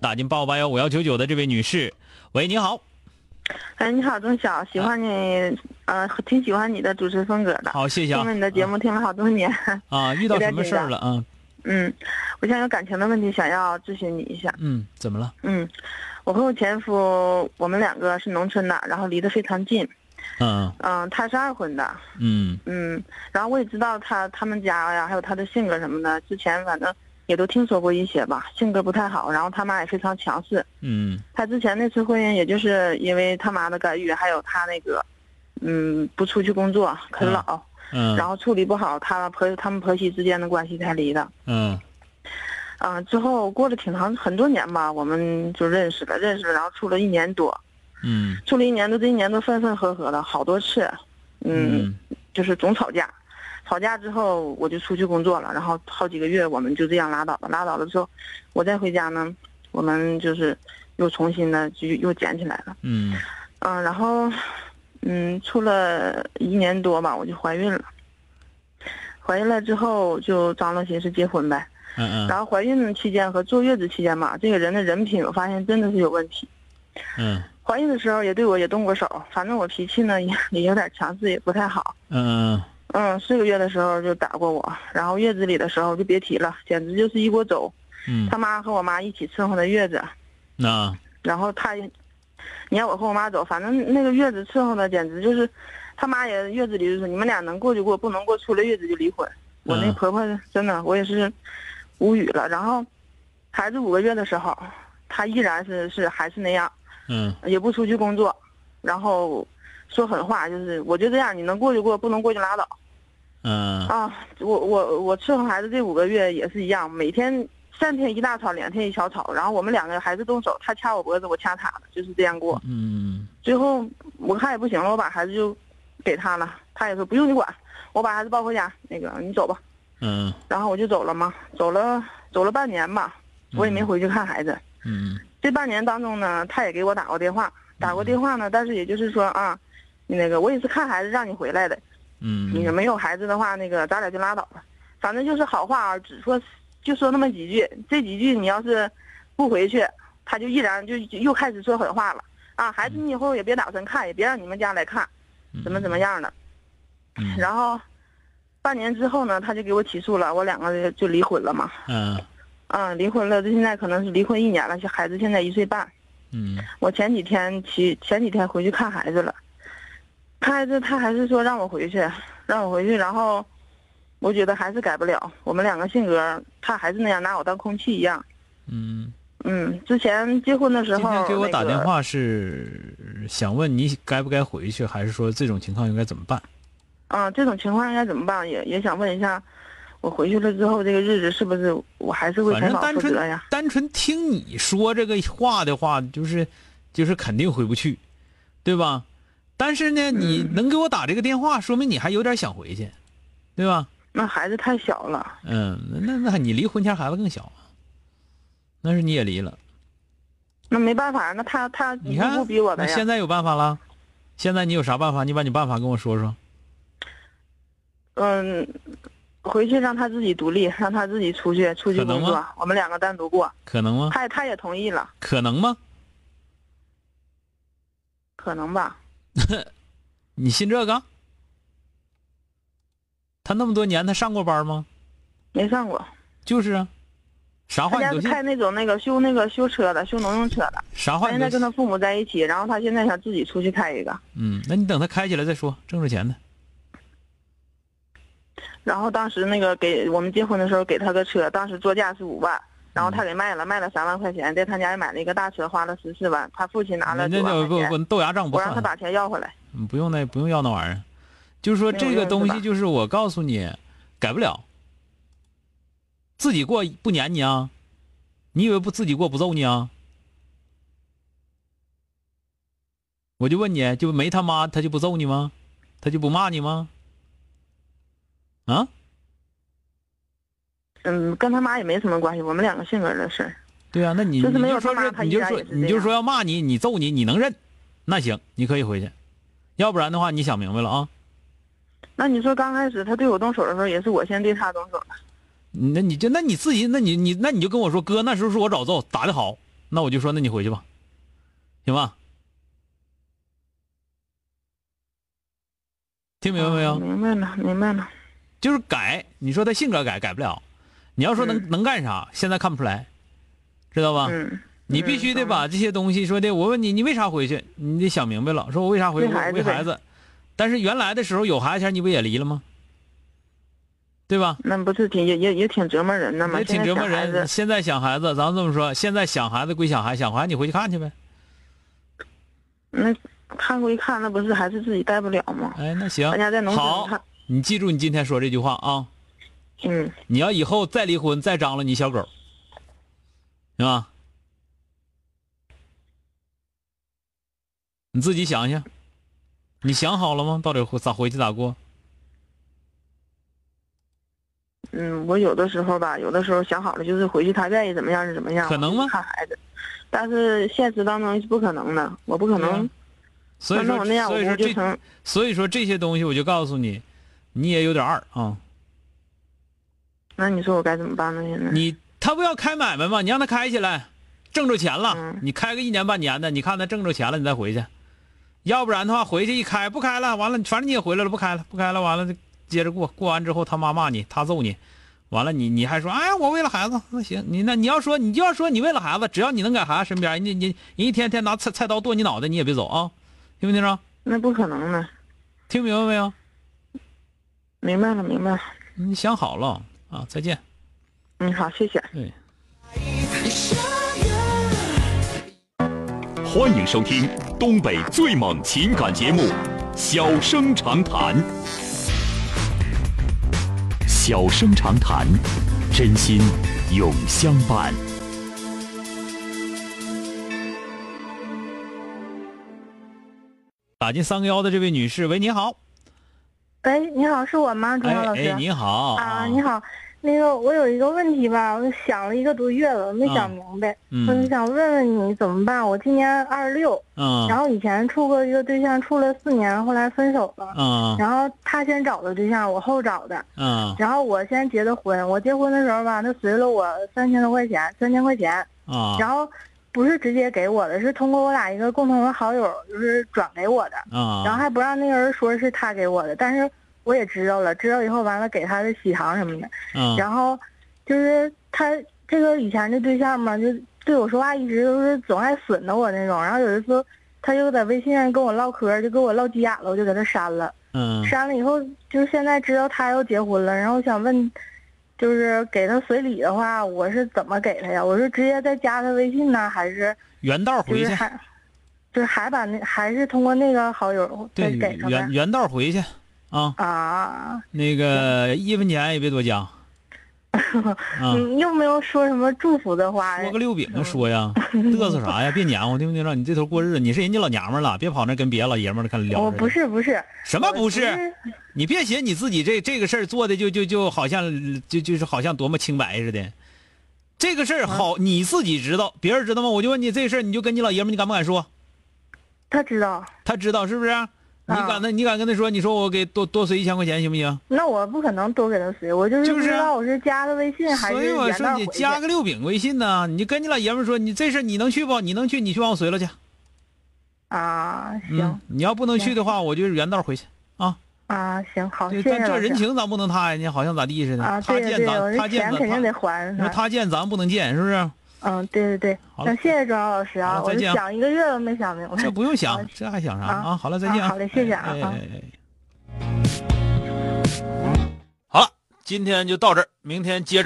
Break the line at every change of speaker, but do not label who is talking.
打进八五八幺五幺九九的这位女士，喂，你好，
哎，你好，钟晓，喜欢你，呃，挺喜欢你的主持风格的，
啊好，谢谢
听
啊
了你的节目听了好多年，
啊，遇到什么事儿了啊？
嗯，我现在有感情的问题想要咨询你一下，
嗯，怎么了？
嗯，我和我前夫，我们两个是农村的，然后离得非常近，
嗯
嗯、他是二婚的，
嗯
嗯，然后我也知道他他们家呀，还有他的性格什么的，之前反正也都听说过一些吧，性格不太好，然后他妈也非常强势，
嗯
他之前那次婚姻，也就是因为他妈的干预，还有他那个，嗯，不出去工作，啃老，
嗯
然后处理不好他婆他们婆媳之间的关系才离的。
嗯
啊、之后过了挺长很多年吧，我们就认识了，认识了，然后处了一年多，
嗯
处了一年多，这一年多分分合合的好多次，嗯，
嗯
就是总吵架，吵架之后我就出去工作了，然后好几个月我们就这样拉倒了，拉倒了之后，我再回家呢，我们就是又重新的就又捡起来了。
嗯
嗯，然后，嗯，处了一年多吧，我就怀孕了。怀孕了之后就张罗寻思结婚呗。
嗯
然后怀孕期间和坐月子期间吧，这个人的人品我发现真的是有问题。
嗯
怀孕的时候也对我也动过手，反正我脾气呢也也有点强势，也不太好。
嗯
嗯，四个月的时候就打过我，然后月子里的时候就别提了，简直就是一锅粥。
嗯，
他妈和我妈一起伺候的月子，
那
然后他也，你让我和我妈走，反正那个月子伺候的简直就是，他妈也月子里就说你们俩能过就过，不能过出了月子就离婚。我那
嗯
婆婆真的我也是无语了。然后孩子五个月的时候，她依然是是还是那样，
嗯
也不出去工作，然后说狠话就是我就这样，你能过就过，不能过就拉倒
嗯
啊。我我我伺候孩子这五个月也是一样，每天。三天一大吵，两天一小吵，然后我们两个还是动手，他掐我脖子，我掐他的，就是这样过。
嗯
最后我看也不行了，我把孩子就给他了。他也说不用你管，我把孩子抱回家，那个你走吧。
嗯
然后我就走了嘛，走了走了半年吧，我也没回去看孩子。
嗯
这半年当中呢，他也给我打过电话，打过电话呢，但是也就是说啊，那个我也是看孩子让你回来的，
嗯
你没有孩子的话，那个咱俩就拉倒吧。反正就是好话啊，只说就说那么几句，这几句你要是不回去，他就依然就就又开始说狠话了啊！孩子，你以后也别打算看，也别让你们家来看，怎么怎么样的。
样
然后半年之后呢，他就给我起诉了，我两个就离婚了嘛。
嗯
嗯，离婚了，现在可能是离婚一年了，孩子现在一岁半。
嗯
我前几天去，前几天回去看孩子了，看孩子他还是说让我回去，让我回去，然后我觉得还是改不了，我们两个性格，他还是那样拿我当空气一样。
嗯，
嗯，之前结婚的时
今
候，
天给我打电
那个
话是呃想问你该不该回去，还是说这种情况应该怎么办？
啊，这种情况应该怎么办？也也想问一下，我回去了之后，这个日子是不是我还是会
反
重
正
蹈
单
覆辙
纯
呀？
单纯听你说这个话的话，就是就是肯定回不去，对吧？但是呢，你
嗯
能给我打这个电话，说明你还有点想回去，对吧？
那孩子太小了，
嗯，那那那你离婚前孩子更小啊，那是你也离了。
那没办法，那他他
你
一步
看，
步逼我
那
的呀。
现在有办法了，现在你有啥办法？你把你办法跟我说说。
嗯，回去让他自己独立，让他自己出去出去
可能
工
吗嗯
作，我们两个单独过。
可能吗？
他也他也同意了，
可能吗？
可能吧。
你信这个？他那么多年，他上过班吗？
没上过，
就是啊，啥
他
话
家
你都
是
信？
开那种那个修那个修车的，修农用车的。
啥
他
话
现
你
在
都信？
跟他父母在一起，然后他现在想自己出去开一个，
嗯，那你等他开起来再说，挣着钱呢。
然后当时那个给我们结婚的时候给他个车，当时作价是五万，然后他
嗯
给卖了，卖了三万块钱，在他家也买了一个大车，花了十四万，他父亲拿了
那
九
那
万块
不
钱，
不豆芽账不
我让他
算，
把钱要回来。
嗯不用那不用要那玩意儿。就是说
没有
这个
用是
东
吧
西，就是我告诉你，改不了，自己过不撵你啊？你以为不自己过不揍你啊？我就问你，就没他妈他就不揍你吗？他就不骂你吗？啊？
嗯，跟他妈也没什么关系，我们两个性格的事儿。
对啊，那你
就是
你
没
就
有
说
他妈他
你
依
就
然
说
也是这
你就
样
说要骂你，你揍你，你能忍，那行，你可以回去，要不然的话你想明白了啊，
那你说刚开始他对我动手的时候，也是我先对他动手的。
那你就那你自己，那你你那你就跟我说，哥那时候是我找揍，打的好，那我就说那你回去吧，行吧？听明白没有？
嗯明白了，明白了。
就是改，你说他性格改改不了，你要说能、能干啥，现在看不出来，知道吧？
嗯，
啊你必须得
嗯
把这些东西说的，我问你，你为啥回去？你得想明白了，说我为啥回去？
为孩子
为孩子。但是原来的时候有孩子前，你不也离了吗？对吧？
那不是挺也也也挺折磨人的吗？
也挺折磨人。现在想孩子，咱这么说，现在想孩子归想孩子，想孩子你回去看去呗。
那看归看，那不是还是自己带不了吗？
哎，那行
大，家在农村
好
看，，
你记住你今天说这句话啊！
嗯，
你要以后再离婚，再张罗你小狗，行吧？你自己想想，你想好了吗？到底回咋回去咋过？
嗯，我有的时候吧，有的时候想好了就是回去，他愿意怎么样是怎么样，
可能吗
我就看孩子，但是现实当中是不可能的，我不可
对
能
啊。所以
那
说，
我那样，
所以
我
说
估计
这，
成
所以说这些东西，我就告诉你，你也有点二啊、
那你说我该怎么办呢？现在
你他不要开买卖吗？你让他开起来，挣着钱了，
嗯
你开个一年半年的，你看他挣着钱了，你再回去。要不然的话，回去一开不开了，完了，反正你也回来了，不开了，不开了，完了就接着过，过完之后他妈骂你，他揍你，完了你你还说，哎，我为了孩子，那行，你那你要说你就要说你为了孩子，只要你能在孩子身边，人家人人一天天拿菜菜刀剁你脑袋，你也别走啊，听没听着？
那不可能的，
听明白没有？
明白了，明白了。
你想好了啊，再见。
嗯，好，谢谢。
对。
欢迎收听东北最猛情感节目《小生长谈》。小生长谈，真心永相伴。
打进三个幺的这位女士，喂，你好，
喂，哎你好，是我吗，钟
哎
晓老师？
哎，你好
啊，你，好，那个我有一个问题吧，我想了一个多月了，没想明白，我就
嗯
想问问你怎么办？我今年二十六，
嗯，
然后以前处过一个对象，处了四年，后来分手了，
嗯
然后他先找的对象，我后找的，
嗯
然后我先结的婚，我结婚的时候吧，他随了我三千多块钱，三千块钱，
啊
然后不是直接给我的，是通过我俩一个共同的好友就是转给我的。
啊，
然后还不让那个人说是他给我的，但是我也知道了，知道以后完了给他的喜糖什么的，
嗯
然后就是他这个以前的对象嘛，就对我说话一直都是总爱损的我那种，然后有一次他就在微信上跟我唠嗑，就跟我唠急眼了，我就给他删了，
嗯
删了以后就是现在知道他要结婚了，然后我想问。就是给他随礼的话，我是怎么给他呀？我是直接再加他微信呢，还是
原道
就
回
是
去，
还，就是还把那还是通过那个好友再
对
给他呗？
原原道回去啊，
啊，
那个一分钱也别 多加，啊，
你又没有说什么祝福的话，
说个六饼就 说呀，嘚瑟啥呀？别黏糊，听不听着？你这头过日子，你是人家老娘们儿了，别跑那跟别的老爷们儿看聊。
我不，是不是，
什么
我
不是？你别写你自己这这个事儿做的就就就好像就就是好像多么清白似的。这个事儿好，
嗯
你自己知道，别人知道吗？我就问你这事儿，你就跟你老爷们儿，你敢不敢说？
他知道，
他知道是不是？啊
啊
你敢那，你敢跟他说？你说我给多多随一千块钱行不行？
那我不可能多给他随，我就是是
不
不
是啊
知道我是加他微信还
所
是
以我
原
说
道
你
回去。
加个六饼微信呢，你就跟你老爷们儿说，你这事儿你能去不？你能去，你去嗯往我随了去。
啊，行，
嗯，你要不能去的话，我就是原道回去啊。
啊，行，好，谢
对，
谢
但这
老
人
师。
情咱不能他呀，你好像咋地似的。
啊，
他
对
见
对，我
咱，他
这
见
钱肯定
咱，
得还。
你说
啊
他见咱不能见，是不是？
嗯，对对对。
好了
那谢谢庄老师
好
啊，
了
我
再
就
见啊
想一个月都没想明白。
这不用想，这还想啥
啊
啊？好了，再见
啊好嘞谢谢啊
哎
啊
哎哎哎好了，今天就到这儿，明天接着。